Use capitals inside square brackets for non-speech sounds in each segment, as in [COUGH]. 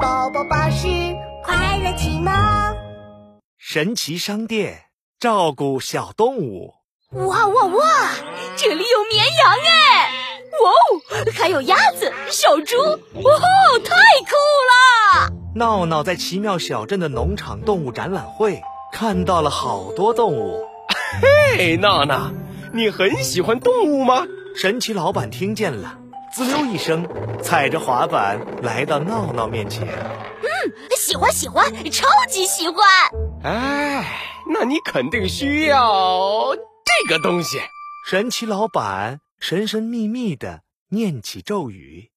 宝宝巴士快乐启蒙。神奇商店照顾小动物。哇哇哇！这里有绵羊哎，哇哦，还有鸭子、小猪，哇哦，太酷了！闹闹在奇妙小镇的农场动物展览会看到了好多动物。嘿，闹闹，哎你很喜欢动物吗？神奇老板听见了，滋溜一声，踩着滑板来到闹闹面前。嗯，喜欢喜欢，超级喜欢。哎，那你肯定需要这个东西。神奇老板神神秘秘的念起咒语，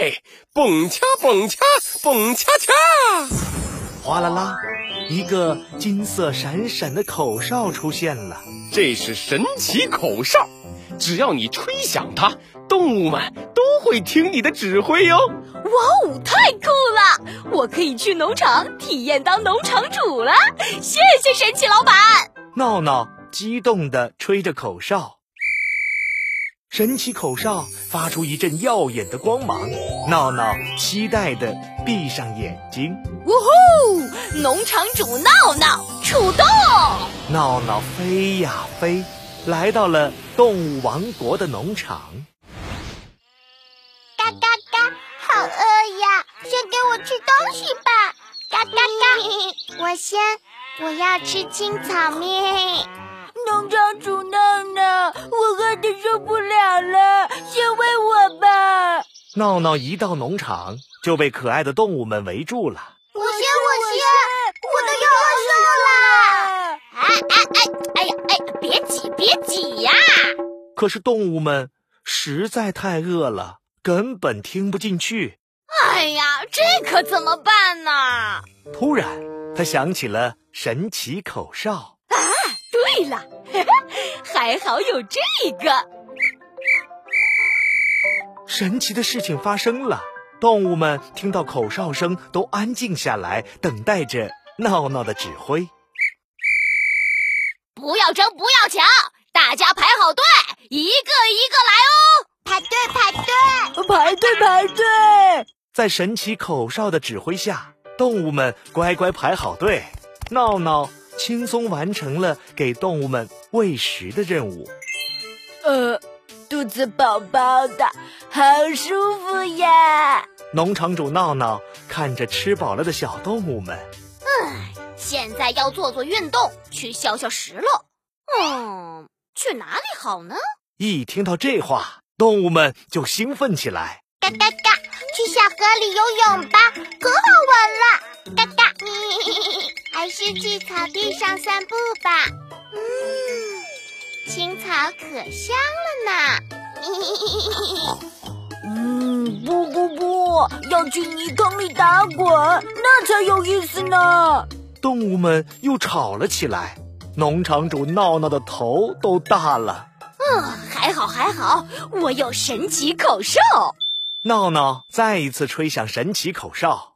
嘿，蹦恰蹦恰蹦恰恰，哗啦啦，一个金色闪闪的口哨出现了。这是神奇口哨，只要你吹响它，动物们都会听你的指挥哟。哇哦，太酷了！我可以去农场体验当农场主了。谢谢神奇老板。闹闹激动地吹着口哨，神奇口哨发出一阵耀眼的光芒。闹闹期待地闭上眼睛，呜呼！农场主闹闹出动。闹闹飞呀飞，来到了动物王国的农场。嘎嘎嘎，好饿呀！先给我吃东西吧。嘎嘎嘎，我先，我要吃青草面。农场主闹闹，我饿的受不了了，先喂我吧。闹闹一到农场就被可爱的动物们围住了。我先，我先，我的要饿了。啊啊哎哎呀哎，别挤别挤呀、可是动物们实在太饿了，根本听不进去。哎呀，这可怎么办呢？突然，他想起了神奇口哨，对了， [LAUGHS] 还好有这个。神奇的事情发生了。动物们听到口哨声都安静下来，等待着闹闹的指挥。不要争，不要抢，大家排好队，一个一个来哦。排队，排队。排队排队，在神奇口哨的指挥下，动物们乖乖排好队。闹闹轻松完成了给动物们喂食的任务。呃，肚子饱饱的，好舒服呀！农场主闹闹看着吃饱了的小动物们，现在要做做运动，去消消食了。嗯，去哪里好呢？一听到这话，动物们就兴奋起来。嘎嘎嘎，去小河里游泳吧，可好玩了！嘎嘎， [LAUGHS] 还是去草地上散步吧。嗯，青草可香了呢。嗯，不不不，要去泥坑里打滚，那才有意思呢。动物们又吵了起来，农场主闹闹的头都大了。还好还好，我有神奇口哨。闹闹再一次吹响神奇口哨，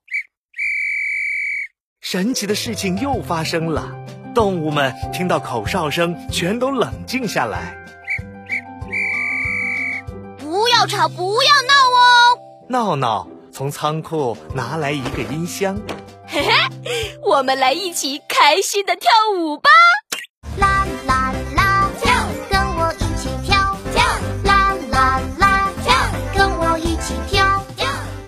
神奇的事情又发生了。动物们听到口哨声，全都冷静下来。不要吵，不要闹哦。闹闹从仓库拿来一个音箱，嘿嘿，我们来一起开心的跳舞吧。啦啦啦跳，跟我一起跳跳，啦啦啦跳，跟我一起跳跳，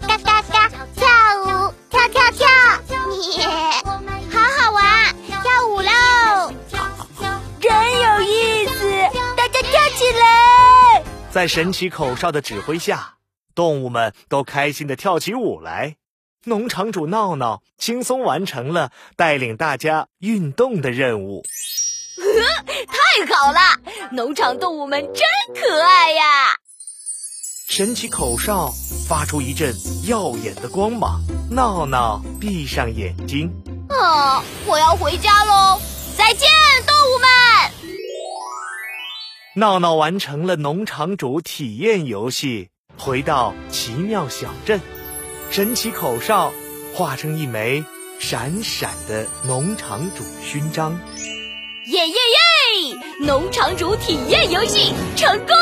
嘎嘎嘎跳舞跳跳跳，耶，好好玩，跳舞喽！真有意思，大家跳起来！在神奇口哨的指挥下，动物们都开心的跳起舞来。农场主闹闹轻松完成了带领大家运动的任务。太好了，农场动物们真可爱呀！神奇口哨发出一阵耀眼的光芒，闹闹闭上眼睛。啊，我要回家喽，再见，动物们！闹闹完成了农场主体验游戏，回到奇妙小镇。神奇口哨化成一枚闪闪的农场主勋章。耶耶耶！农场主体验游戏成功。